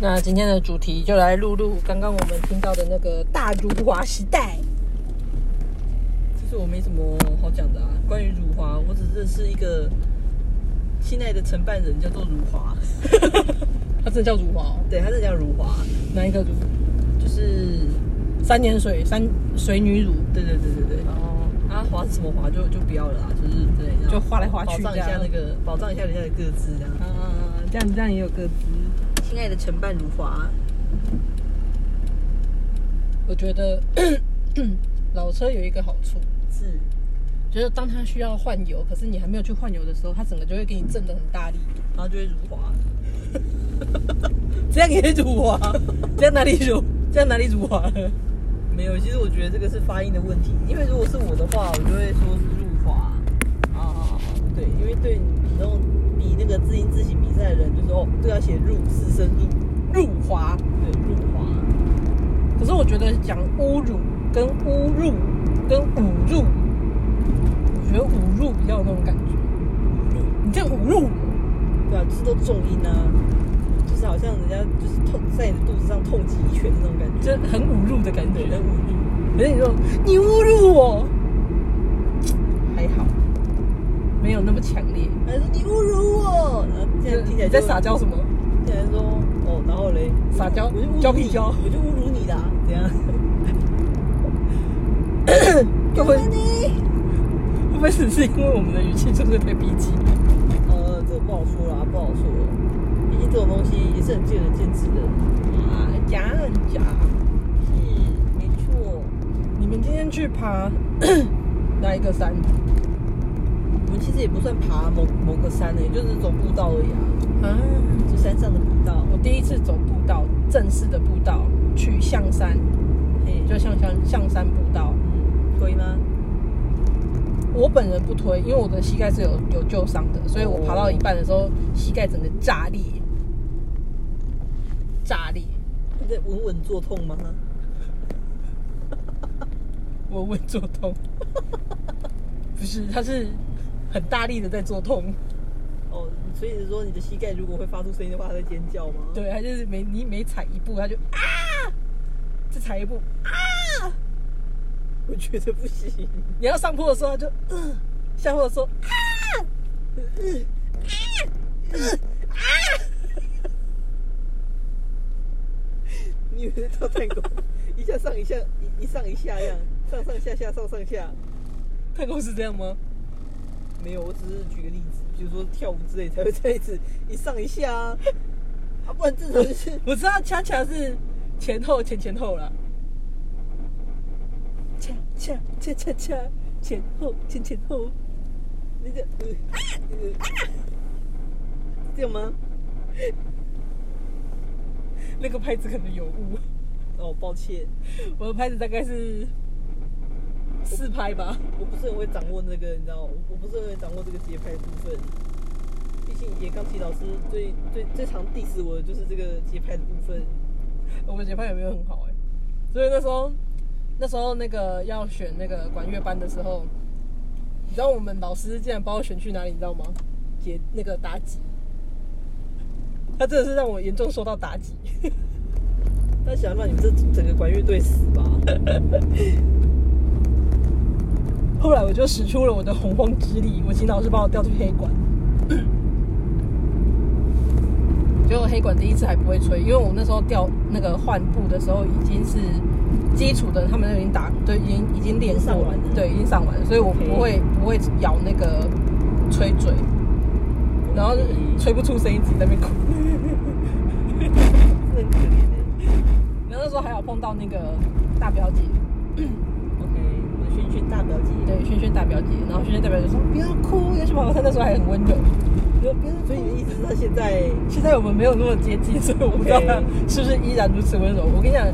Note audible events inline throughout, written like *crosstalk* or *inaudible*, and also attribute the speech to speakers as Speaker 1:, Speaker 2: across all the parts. Speaker 1: 那今天的主题就来录录刚刚我们听到的那个大辱华时代。
Speaker 2: 其实我没什么好讲的啊，关于辱华，我只认识一个现在的承办人叫做辱华， *laughs*
Speaker 1: 它真的叫辱华、哦？
Speaker 2: 对，他是叫辱华，
Speaker 1: 哪一个辱？
Speaker 2: 就是
Speaker 1: 三点水，三水女乳。
Speaker 2: 对对对对对，
Speaker 1: 哦，
Speaker 2: 啊华是什么华就就不要了啦，就是对，然后
Speaker 1: 就画来画去
Speaker 2: 保障一
Speaker 1: 这
Speaker 2: 下
Speaker 1: 样
Speaker 2: 那个，保障一下人家的各自这样。
Speaker 1: 啊，这样这样也有个资。
Speaker 2: 亲爱的承办辱华，
Speaker 1: 哦我觉得嗯老车有一个好处，
Speaker 2: 是
Speaker 1: 就是当它需要换油，可是你还没有去换油的时候，它整个就会给你震得很大力。
Speaker 2: 然后就会辱华，
Speaker 1: 这样也辱华？这样哪里辱？这样哪里 *laughs* 辱华了？
Speaker 2: 没有，其实我觉得这个是发音的问题，因为如果是我的话，我就会说是入华。
Speaker 1: 啊，
Speaker 2: 对，因为对你那种比那个字音字形比赛的人，就说哦，这个要写入四声入，
Speaker 1: 辱华。
Speaker 2: 对，入华。
Speaker 1: 可是我觉得讲侮辱跟侮辱跟侮辱，我觉得侮辱比较有那种感觉。你这样侮辱我，
Speaker 2: 对啊，就是都重音啊，就是好像人家就是痛在你的肚子上痛击一拳的那种感觉，
Speaker 1: 就很侮辱的感觉
Speaker 2: 对，。很无力，
Speaker 1: 可是你说你侮辱我，
Speaker 2: 还好。
Speaker 1: 没有那么强烈。
Speaker 2: 他说你侮辱我，然后这样听起来
Speaker 1: 你在
Speaker 2: 就
Speaker 1: 撒，娇什么？
Speaker 2: 听起来说哦，然后嘞，
Speaker 1: 撒娇
Speaker 2: 我就侮辱你
Speaker 1: 娇屁娇
Speaker 2: 我就侮辱你啦，怎样？
Speaker 1: 会不会会
Speaker 2: 你？
Speaker 1: 不会只是因为我们的语气就是太逼急？
Speaker 2: 呃，这不好说啦，不好说，毕竟这种东西也是很见仁见智的。
Speaker 1: 啊，假很假。
Speaker 2: 嗯，没错。
Speaker 1: 你们今天去爬 *coughs* 哪一个山？
Speaker 2: 我们其实也不算爬某某个山呢、就是走步道而已啊，
Speaker 1: 啊，
Speaker 2: 就山上的步道。
Speaker 1: 我第一次走步道，正式的步道去象山，
Speaker 2: 嘿，
Speaker 1: 就象山象山步道。
Speaker 2: 嗯，可以吗？
Speaker 1: 我本人不推，因为我的膝盖是有有旧伤的，所以我爬到一半的时候，膝盖整个炸裂，炸裂。
Speaker 2: 你在稳稳作痛吗？
Speaker 1: 我问做痛， *laughs* 不是，他是很大力的在做痛，
Speaker 2: 哦，所以说你的膝盖如果会发出声音的话，它在尖叫吗？，
Speaker 1: *laughs* 对，他就是每你每踩一步，他就啊，再踩一步，
Speaker 2: 我觉得不行。
Speaker 1: 你要上坡的时候他就嗯、下坡的时候啊，
Speaker 2: 你以为在跳探戈，一下上一下，一一上一下这样，上上下下，上上下。
Speaker 1: 太空是这样吗？
Speaker 2: 没有，我只是举个例子，比如说跳舞之类才会这样子，一上一下啊，啊，不然正常就是
Speaker 1: 我知道恰恰是前后前前后了，恰恰恰恰恰前后前前后，
Speaker 2: 那个，呃呃这样吗？
Speaker 1: 那个拍子可能有误，
Speaker 2: 哦，抱歉，
Speaker 1: 我的拍子大概是四拍吧。
Speaker 2: 我不是很会掌握那个，你知道，我不是很会掌握这个节拍的部分。毕竟以前钢琴老师最最最常 diss 我的就是这个节拍的部分。
Speaker 1: 我们节拍也没有很好哎、所以那时候那时候那个要选那个管乐班的时候，你知道我们老师竟然把我选去哪里，你知道吗？节那个打击，他真的是让我严重受到打击。
Speaker 2: 他想让你们这整个管乐队死吧？
Speaker 1: 后来我就使出了我的洪荒之力，我请老师把我调去黑 *clears throat* 管。结果黑管第一次还不会吹，因为我那时候调那个换布的时候已经是基础的，他们都已经打，都已经已经练过
Speaker 2: 已经上完了
Speaker 1: 对，已经上完了，所以我
Speaker 2: OK
Speaker 1: 不会不会咬那个吹嘴，然后就吹不出声音，自己在那 *laughs* 边哭。
Speaker 2: 真的很可怜欸
Speaker 1: 然后那时候还有碰到那个大表姐，
Speaker 2: OK，我们轩轩大表姐，
Speaker 1: 对，萱萱大表姐，然后萱萱大表姐说不要哭，要去宝宝，她那时候还很 *laughs* 温柔，就说不要哭
Speaker 2: 所以你的意思是他现在
Speaker 1: 现在我们没有那么接近，所以我不知道他
Speaker 2: OK
Speaker 1: 是不是依然如此温柔。我跟你讲，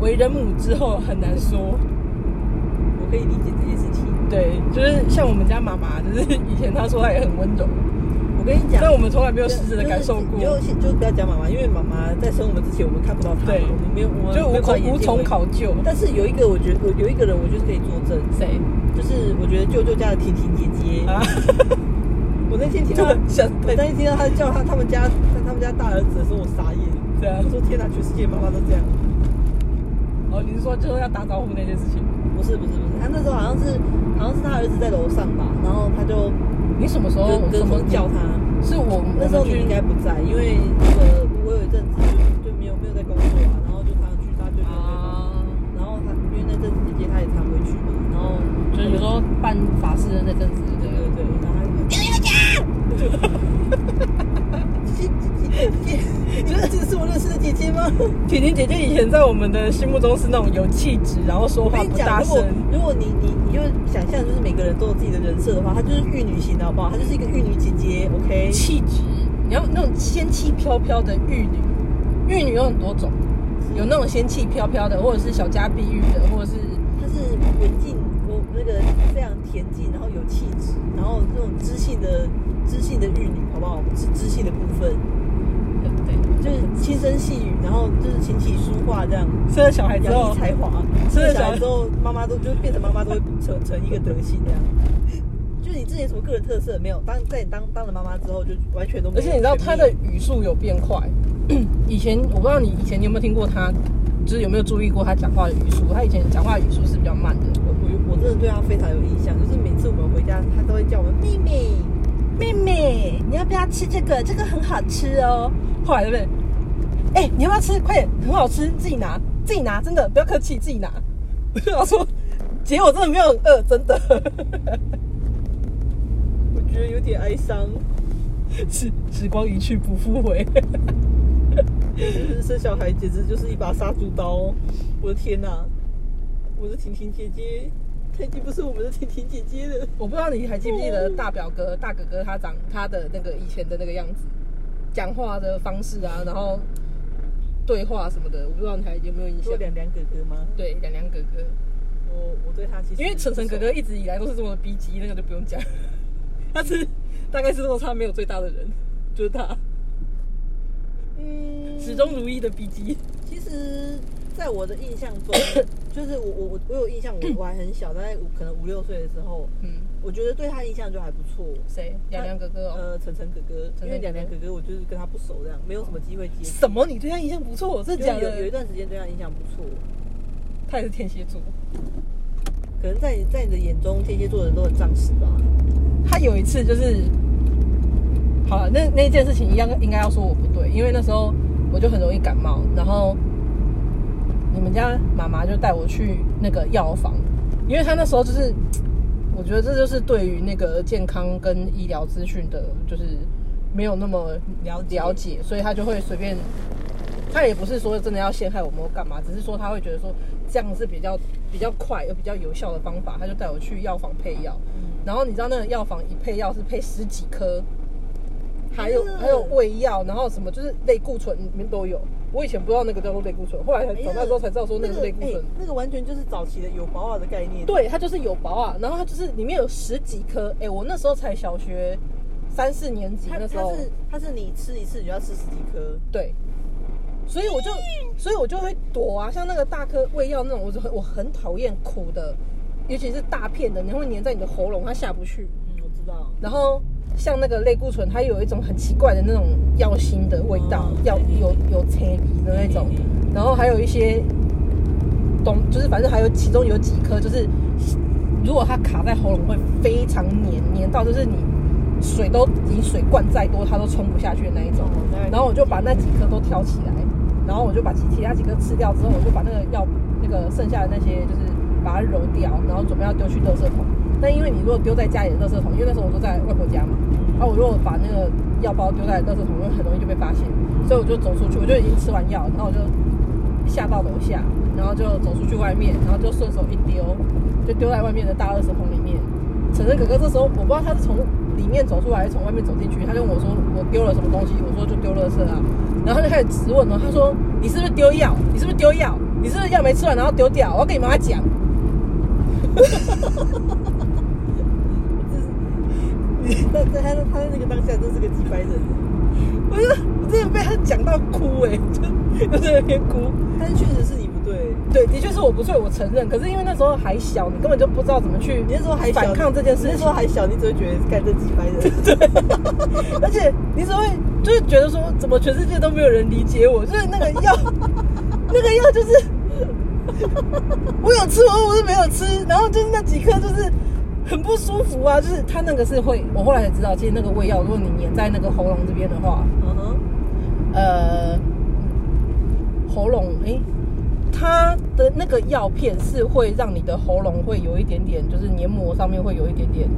Speaker 1: 为人母之后很难说。
Speaker 2: 我可以理解这件事情。
Speaker 1: 对，就是像我们家妈妈，就是以前她说她也很温柔，
Speaker 2: 我跟你讲，
Speaker 1: 但我们从来没有实质的感受过，
Speaker 2: 就就就不要讲妈妈，因为妈妈在生我们之前，我们看不到她嘛，
Speaker 1: 对
Speaker 2: 我们没有，我们
Speaker 1: 就
Speaker 2: 没
Speaker 1: 无
Speaker 2: 有办法
Speaker 1: 从
Speaker 2: 眼见
Speaker 1: 无
Speaker 2: 为
Speaker 1: 从
Speaker 2: 凭
Speaker 1: 考究。
Speaker 2: 但是有一个，我觉得我有一个人，我就是可以作证，
Speaker 1: 谁
Speaker 2: 就是我觉得舅舅家的婷婷姐姐， *laughs*
Speaker 1: 啊？
Speaker 2: 我那天
Speaker 1: *laughs*
Speaker 2: 听
Speaker 1: 就
Speaker 2: 到，
Speaker 1: 很想
Speaker 2: 我那天听到他叫他他们家他他们家大儿子的时候，我傻眼。
Speaker 1: 怎对啊
Speaker 2: 我，说天哪，全世界妈妈都这样。
Speaker 1: 哦，你是说就是要打招呼那件事情？
Speaker 2: 不是不是不是，他那时候好像是好像是他儿子在楼上吧，然后他就
Speaker 1: 你什么时候
Speaker 2: 跟跟
Speaker 1: 什么
Speaker 2: 风叫？他。
Speaker 1: 是我
Speaker 2: 那时候
Speaker 1: 我们
Speaker 2: 你
Speaker 1: 去
Speaker 2: 应该不在，因为那个我有一阵子就就没有没有在工作啊，然后就常常去他就啊，
Speaker 1: 啊，
Speaker 2: 然后他因为那阵子姐姐她也常回去嘛，然后
Speaker 1: 就是有时候办法事的那阵子，
Speaker 2: 对
Speaker 1: 对对
Speaker 2: 对对，然后 *laughs* 他就姐姐姐姐姐姐，你觉得这是我认识的姐姐吗？
Speaker 1: 婷婷姐姐以前在我们的心目中是那种有气质，然后说
Speaker 2: 我
Speaker 1: 话
Speaker 2: 跟你
Speaker 1: 不
Speaker 2: 讲，
Speaker 1: 大
Speaker 2: 如果
Speaker 1: 声，
Speaker 2: 如果你你你就想象就是每个人都有自己的人设的话，她就是玉女型的好不好？她就是一个玉女姐姐，OK？
Speaker 1: 气质，你要那种仙气飘飘的玉女。玉女有很多种，有那种仙气飘飘的，或者是小家碧玉的，或者是
Speaker 2: 她是文静，我那个非常恬静，然后有气质，然后那种知性的知性的玉女，好不好？知知性的部分
Speaker 1: 对，
Speaker 2: 就是轻声细语，然后就是琴棋书画这样。
Speaker 1: 生了小孩哎之
Speaker 2: 洋
Speaker 1: 后
Speaker 2: 溢，才华，
Speaker 1: 真的
Speaker 2: 生小
Speaker 1: 假
Speaker 2: 孩
Speaker 1: 的
Speaker 2: 之后，妈妈都就变成妈妈都会成成一个德性这样。就是你之前有什么个人特色没有？当在你当当了妈妈之后，就完全都没有。
Speaker 1: 而且你知道她的语速有变快， *clears throat* 以前我不知道你以前你有没有听过她，就是有没有注意过她讲话的语速？她以前讲话语速是比较慢的。
Speaker 2: 我我我真的对他非常有印象，就是每次我们回家，他都会叫我们妹妹。
Speaker 1: 妹妹，你要不要吃这个？这个很好吃哦。后来对不对？哎、你要不要吃？快点，很好吃，自己拿，自己拿，真的不要客气，自己拿。 *laughs* 我就想说，姐，我真的没有很饿，真的。 *laughs*
Speaker 2: 我觉得有点哀伤，
Speaker 1: 时时光一去不复回。 *laughs*
Speaker 2: 就是 *laughs* 生小孩简直就是一把杀猪刀。我的天哪、我的婷婷姐姐，她已经不是我们的婷婷姐姐了。
Speaker 1: 我不知道你还记不记得大表哥、大哥哥他长他的那个以前的那个样子，讲话的方式啊，然后对话什么的，我不知道你还有没有印
Speaker 2: 你
Speaker 1: 象
Speaker 2: 说？两两哥哥吗？
Speaker 1: 对，凉凉哥哥，
Speaker 2: 我我对她其实
Speaker 1: 因为晨晨哥哥一直以来都是这么的逼急，那个就不用讲， *laughs* 他是大概是落差没有最大的人，就是他
Speaker 2: 嗯
Speaker 1: 始终如一的逼急。
Speaker 2: 其实，在我的印象
Speaker 1: *coughs*
Speaker 2: 中，就是我我我我有印象，我我还很小，大概五可能五六岁的时候，
Speaker 1: 嗯，
Speaker 2: 我觉得对他印象就还不错。
Speaker 1: 谁？凉凉哥哥哦。
Speaker 2: 呃，晨晨哥哥，
Speaker 1: 晨晨哥哥
Speaker 2: 因为两两哥哥，我就是跟他不熟，这样没有什么机会接触。
Speaker 1: 什么？你对他印象不错？真
Speaker 2: 就
Speaker 1: 的
Speaker 2: 是
Speaker 1: 假
Speaker 2: 有有
Speaker 1: 的？
Speaker 2: 一段时间对他印象不错，
Speaker 1: 他也是天蝎座。
Speaker 2: 可能在你在你的眼中，天蝎座的人都很仗势吧？
Speaker 1: 他有一次就是，好了，那那件事情一样应该要说我不对，因为那时候我就很容易感冒，然后你们家妈妈就带我去那个药房，因为她那时候就是，我觉得这就是对于那个健康跟医疗资讯的，就是没有那么
Speaker 2: 了解
Speaker 1: 了解，所以她就会随便。她也不是说真的要陷害我们或干嘛，只是说她会觉得说这样是比较比较快又比较有效的方法，她就带我去药房配药。然后你知道那个药房一配药是配十几颗，还有
Speaker 2: 嗯
Speaker 1: 还有胃药，然后什么就是类固醇里面都有。我以前不知道那个叫做类固醇，后来才长大之后才知道说哎那个是类固醇。
Speaker 2: 哎那个完全就是早期的有保养的概念。
Speaker 1: 对，它就是有薄啊，然后它就是里面有十几颗。哎，我那时候才小学三四年级，
Speaker 2: 它，
Speaker 1: 那
Speaker 2: 它
Speaker 1: 时候
Speaker 2: 是它是你吃一次你就要吃十几颗，
Speaker 1: 对，所以我就所以我就会躲啊，像那个大颗胃药那种，我就很我很讨厌苦的，尤其是大片的，你会粘在你的喉咙，它下不去。
Speaker 2: 嗯，我知道。
Speaker 1: 然后像那个类固醇，它有一种很奇怪的那种药腥的味道，
Speaker 2: 哦
Speaker 1: 药
Speaker 2: 对对
Speaker 1: 有有柴鼻的那种
Speaker 2: 嗯，
Speaker 1: 然后还有一些东，就是反正还有其中有几颗，就是如果它卡在喉咙会非常黏，黏到就是你水都你水灌再多，它都冲不下去的那一种。
Speaker 2: 哦大概
Speaker 1: 然后我就把那几颗都挑起来，然后我就把其其他几颗吃掉之后，我就把那个药那个剩下的那些就是把它揉掉，然后准备要丢去垃圾桶。但因为你如果丢在家里的垃圾桶，因为那时候我都在外婆家嘛，然后我如果把那个药包丢在垃圾桶，我很容易就被发现，所以我就走出去，我就已经吃完药，然后我就下到楼下，然后就走出去外面，然后就顺手一丢，就丢在外面的大垃圾桶里面。晨晨哥哥这时候我不知道他是从里面走出来，还是从外面走进去，他就问我说我丢了什么东西，我说就丢垃圾啊，然后他就开始质问哦了，他说你是不是丢药？你是不是丢药？你是不是药没吃完然后丢掉？我要跟你妈妈讲。
Speaker 2: 但但他他 *laughs* 在那个当下真是个几百人，
Speaker 1: 我欸就我真的被他讲到哭哎、就就在那边哭。
Speaker 2: 但是确实是你不对，
Speaker 1: 对，对，的确是我不对，我承认。可是因为那时候还小，你根本就不知道怎么去
Speaker 2: 你那时候还小，
Speaker 1: 反抗这件事
Speaker 2: 你那时候还小，你只会觉得干这几
Speaker 1: *laughs*
Speaker 2: 百人，
Speaker 1: 而且你只会就是觉得说，怎么全世界都没有人理解我？就是那个药，那个药就是 *laughs* 我有吃，我我是没有吃，然后就是那几颗就是很不舒服啊，就是它那个是会，我后来才知道，其实那个胃药，如果你粘在那个喉咙这边的话，
Speaker 2: 嗯哼，
Speaker 1: 呃，喉咙诶、它的那个药片是会让你的喉咙会有一点点，就是黏膜上面会有一点点，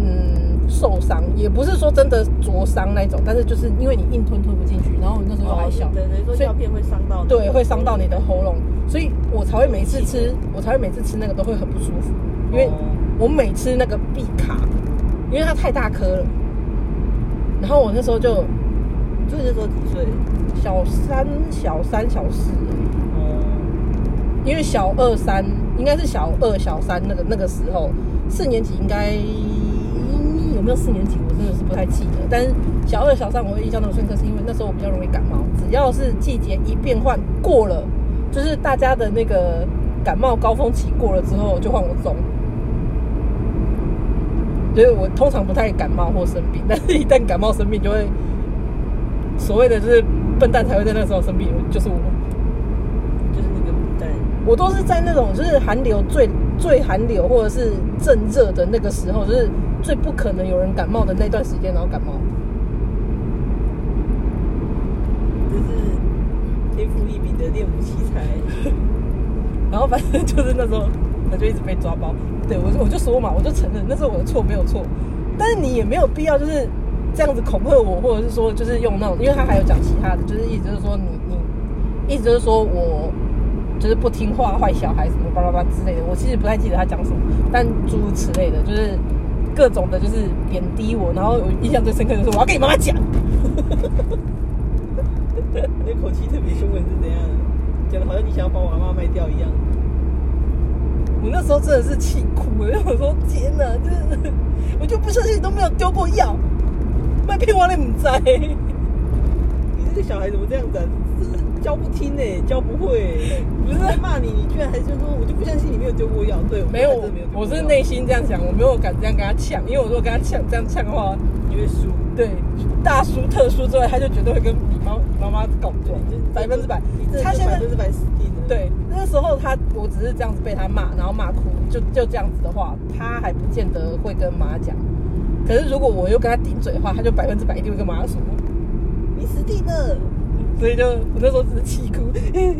Speaker 1: 嗯，受伤，也不是说真的灼伤那种，但是就是因为你硬吞吞不进去，然后我那时候又还小，
Speaker 2: 哦对，等于说
Speaker 1: 所以
Speaker 2: 药片会伤到你，
Speaker 1: 对，会伤到你的喉咙，所以我才会每次吃，我才会每次吃那个都会很不舒服，因为
Speaker 2: 哦
Speaker 1: 我每吃那个必卡，因为它太大颗了，然后我那时候就
Speaker 2: 所以那时候几岁？
Speaker 1: 小三、小三、小四而已，
Speaker 2: 哦，
Speaker 1: 因为小二三应该是小二、小三那个那个时候，四年级应该有没有四年级，我真的是不太记得。但是小二、小三我会印象那么深刻，是因为那时候我比较容易感冒，只要是季节一变换过了，就是大家的那个感冒高峰期过了之后，就换我中。所以我通常不太感冒或生病，但是一旦感冒生病，就会所谓的就是笨蛋才会在那时候生病，就是我。
Speaker 2: 就是那个牡丹，
Speaker 1: 我都是在那种就是寒流最最寒流或者是正热的那个时候，就是最不可能有人感冒的那段时间，然后感冒。
Speaker 2: 这是天赋异禀的练武奇才，
Speaker 1: 然后反正就是那时候，我就一直被抓包。对我就我就说嘛，我就承认那是我的错，没有错。但是你也没有必要就是这样子恐吓我，或者是说就是用那种，因为他还有讲其他的，就是意思就是说你你，意思就是说我就是不听话、坏小孩什么巴拉巴拉之类的。我其实不太记得他讲什么，但诸如此类的，就是各种的，就是贬低我。然后我印象最深刻的是我要跟你妈妈讲，
Speaker 2: 那口气特别凶狠是怎样？讲的好像你想要把我阿妈卖掉一样。
Speaker 1: 我那时候真的是气哭了，我说天哪，就是我就不相信你都没有丢过药，麦片我你唔知道。
Speaker 2: 你这个小孩怎么这样子、啊？这啊是教不听呢、教不会、不是在骂你，你居然还就说，我就不相信你没有丢过药。对，
Speaker 1: 没有
Speaker 2: 我真的没有，丢过
Speaker 1: 我
Speaker 2: 药
Speaker 1: 是内心这样想，我没有敢这样跟他呛，因为我如果跟他呛这样呛的话，
Speaker 2: 你会输，
Speaker 1: 对大叔特叔之外，他就绝对会跟你妈妈妈告状
Speaker 2: 你这，
Speaker 1: 百分之百
Speaker 2: 你。这
Speaker 1: 他现
Speaker 2: 百
Speaker 1: 在
Speaker 2: 分之百死定了。
Speaker 1: 对那时候他，我只是这样子被他骂，然后骂哭，就就这样子的话，他还不见得会跟妈讲。可是如果我又跟他顶嘴的话，他就百分之百一定会跟妈说。
Speaker 2: 你死定了。
Speaker 1: 所以就我那时候只是气哭，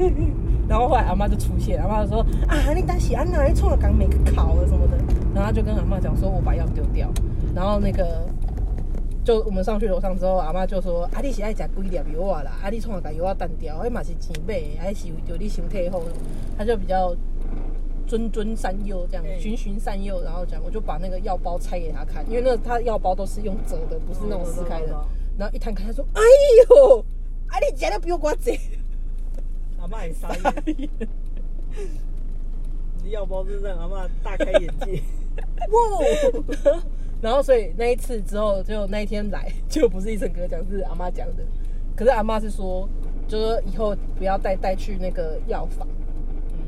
Speaker 1: *laughs* 然后后来阿妈就出现，阿妈就说啊，你当时安娜你错了港美考了什么的，然后她就跟阿妈讲说，我把药丢掉，然后那个就我们上去楼上之后，阿妈就说啊，你是爱吃几粒药啊啦，啊你创把药啊单掉，迄嘛是钱买的，还是为着你身体好，她就比较谆谆善诱这样，
Speaker 2: 嗯
Speaker 1: 循循善诱，然后讲我就把那个药包拆给她看，因为那她药包都是用折的，不是那种撕开的
Speaker 2: 哦我知道我知道，
Speaker 1: 然后一摊开，她说哎呦。啊，你吃的比我瓜济。
Speaker 2: 阿妈也傻眼，
Speaker 1: *laughs*
Speaker 2: 你的药包真让阿妈大开眼 *laughs* 界。哇！
Speaker 1: 哦 *laughs* 然后所以那一次之后，就那一天来， *laughs* 就不是医生哥讲，是阿妈讲的。可是阿妈是说，就说以后不要带带去那个药房，
Speaker 2: 嗯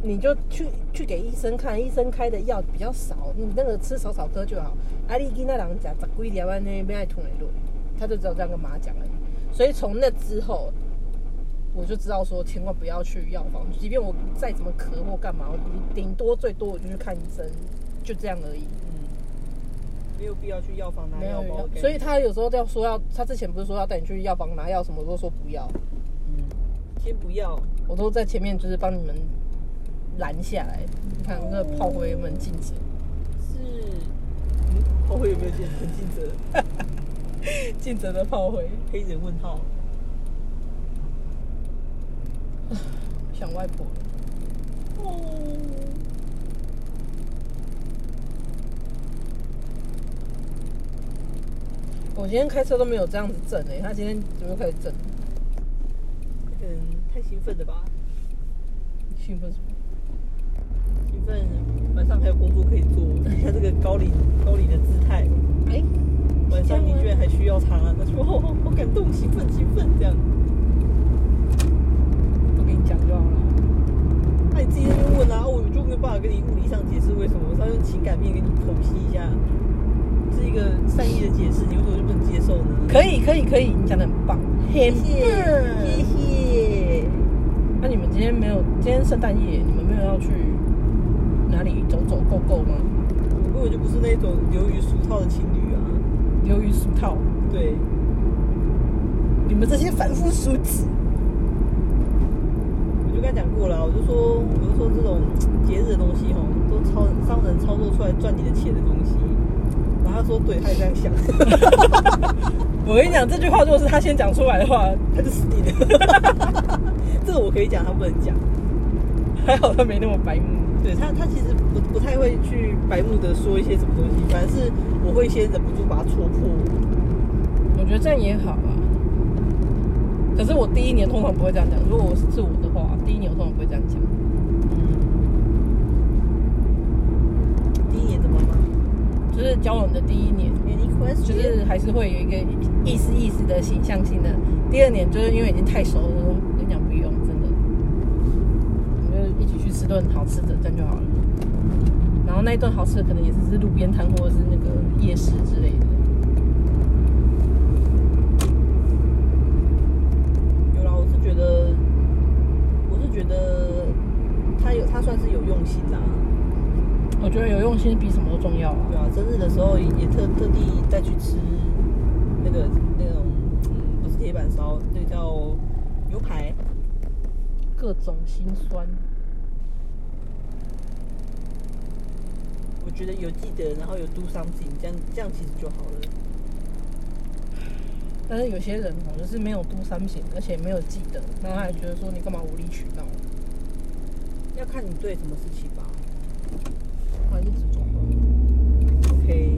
Speaker 1: 你就去去给医生看，医生开的药比较少，你那个吃少少颗就好。啊，你跟那人讲十几粒安尼，变爱吞来落，他就只有这样跟妈讲而已。所以从那之后，我就知道说千万不要去药房，即便我再怎么咳或干嘛，我顶多最多我就去看医生，就这样而已。
Speaker 2: 嗯没有必要去药房拿
Speaker 1: 没有
Speaker 2: 药包，感觉
Speaker 1: 所以他有时候要说要，他之前不是说要带你去药房拿药什么，我都说不要，
Speaker 2: 嗯先不要。
Speaker 1: 我都在前面就是帮你们拦下来。你看那个炮灰们禁止，
Speaker 2: 是，嗯，后会有没有见陈进者？
Speaker 1: 禁止的炮灰，
Speaker 2: 黑人问号。
Speaker 1: 想外婆。
Speaker 2: 哦，
Speaker 1: 我今天开车都没有这样子震哎、他今天怎么又开始震？
Speaker 2: 可能太兴奋了吧？
Speaker 1: 兴奋什么？
Speaker 2: 兴奋，晚上还有工作可以做。他这个高龄高龄的姿态，
Speaker 1: 哎、
Speaker 2: 晚上你
Speaker 1: 是这样吗
Speaker 2: 居然还需要他，他说哦，好感动，兴奋兴奋这样。
Speaker 1: 我跟你讲就好了。
Speaker 2: 啊哦情感面给你剖析一下，是一个善意的解释，你为什么就不能接受呢？
Speaker 1: 可以可以可以，你讲的很棒，
Speaker 2: 谢
Speaker 1: 很
Speaker 2: 谢，谢
Speaker 1: 棒。
Speaker 2: 谢。
Speaker 1: 那、你们今天没有，今天圣诞夜，你们没有要去哪里走走够够吗？
Speaker 2: 我根本就不是那种流于俗套的情侣啊，
Speaker 1: 流于俗套，
Speaker 2: 对，
Speaker 1: 你们这些凡夫俗子，
Speaker 2: 我就跟他讲过了，我就说，我就说这种节日的东西吼，都操商人操作出来赚你的钱的东西。然后他说，对，他也这样想， *laughs*
Speaker 1: 我跟你讲这句话，如果是他先讲出来的话，
Speaker 2: 他就死定了。这个我可以讲，他不能讲。
Speaker 1: 还好他没那么白目。
Speaker 2: 对他，他其实不不太会去白目的说一些什么东西，反而是我会先忍不住把它戳破。
Speaker 1: 我觉得这样也好啊。可是我第一年通常不会这样讲，如果我是自我的话，第一年我通常不会这样讲。
Speaker 2: 嗯第一年怎么了
Speaker 1: 就是交往的第一年，
Speaker 2: ？Any question？
Speaker 1: 就是还是会有一个意思意思的形象性的。第二年就是因为已经太熟了，我跟你讲不用，真的，我们就一起去吃顿好吃的，这样就好了。然后那一顿好吃的可能也是是路边摊或者是那个夜市之类的。
Speaker 2: 有啦，我是觉得，我是觉得他有，他算是有用心啦、
Speaker 1: 我觉得有用心比什么都重要啊
Speaker 2: 对。啊，生日的时候也特特地再去吃那个那种，嗯，不是铁板烧，那个叫牛排。
Speaker 1: 各种心酸，
Speaker 2: 我觉得有记得，然后有 do something，这样这样其实就好了。
Speaker 1: 但是有些人哦，就是没有读三省，而且没有记得，然后还觉得说你干嘛无理取闹，
Speaker 2: 要看你对什么事情吧。
Speaker 1: 还是执着。
Speaker 2: OK，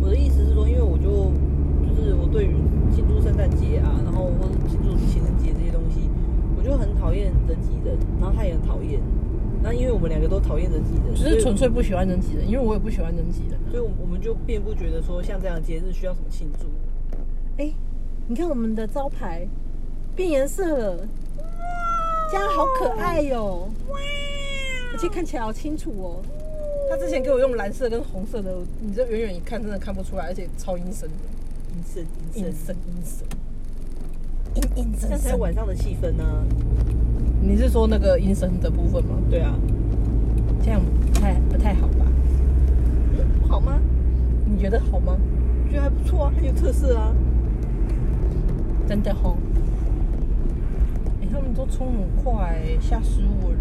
Speaker 2: 我的意思是说，因为我就就是我对于庆祝圣诞节啊，然后或者庆祝情人节这些东西，我就很讨厌人挤人，然后他也很讨厌。那因为我们两个都讨厌人挤人，
Speaker 1: 只
Speaker 2: 所以
Speaker 1: 是纯粹不喜欢人挤人，因为我也不喜欢人挤人。
Speaker 2: 所以我们我们就并不觉得说像这样的节日需要什么庆祝。
Speaker 1: 哎、你看我们的招牌变颜色了，这样好可爱哟、而且看起来好清楚哦。他之前给我用蓝色跟红色的，你这远远一看真的看不出来，而且超阴森的，
Speaker 2: 阴森
Speaker 1: 阴
Speaker 2: 阴森，
Speaker 1: 森阴森，阴阴
Speaker 2: 这
Speaker 1: 森
Speaker 2: 样才
Speaker 1: 森。
Speaker 2: 晚上的气氛啊呢、
Speaker 1: 你是说那个阴森的部分吗？
Speaker 2: 对啊，
Speaker 1: 这样不太不太好吧？
Speaker 2: 好吗？
Speaker 1: 你觉得好吗？
Speaker 2: 我觉得还不错啊，很有特色啊。
Speaker 1: 真的吼、哎、他们都冲很快、吓死我了！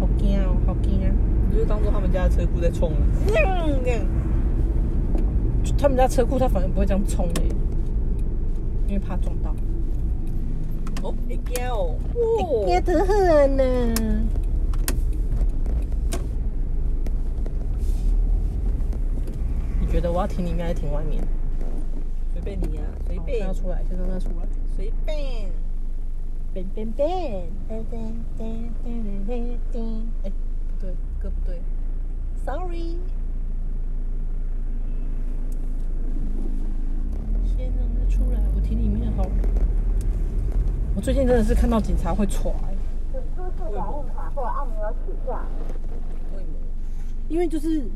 Speaker 1: 好惊哦，好惊啊！
Speaker 2: 你就当做他们家的车库在冲了、啊
Speaker 1: 那样，他们家车库他反而不会这样冲的、因为怕撞到。
Speaker 2: 哦，哎喵，哦，
Speaker 1: 得很呢、你觉得我要停里面还是停外面？
Speaker 2: 随便你啊，
Speaker 1: 好现
Speaker 2: 随
Speaker 1: 在
Speaker 2: 便，
Speaker 1: 出来，现在再出来。
Speaker 2: 随便。
Speaker 1: Ben ben ben，噔噔噔噔噔噔，哎，不对，歌不对，Sorry。先让它出来，我停里面好了。我最近真的是看到警察会喘、
Speaker 3: 请出示感应卡或按钮取票。
Speaker 2: 为什么
Speaker 1: 因为就是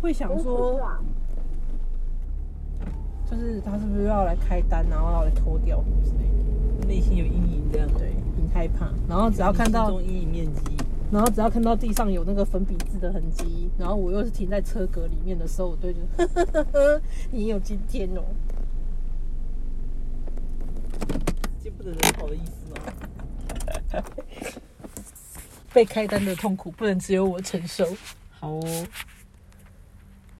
Speaker 1: 会想
Speaker 3: 请取
Speaker 1: 说，
Speaker 3: 票。
Speaker 1: 就是他是不是要来开单，然后要来脱掉什么之类的，
Speaker 2: 内心有阴影这样？
Speaker 1: 对，很害怕。然后只要看到
Speaker 2: 中阴影面积，
Speaker 1: 然后只要看到地上有那个粉笔字的痕迹，然后我又是停在车格里面的时候，我就会觉得 *laughs* 呵呵呵呵，你有今天哦。
Speaker 2: 见不得人好的意思吗？ *laughs*
Speaker 1: 被开单的痛苦不能只有我承受。
Speaker 2: 好哦，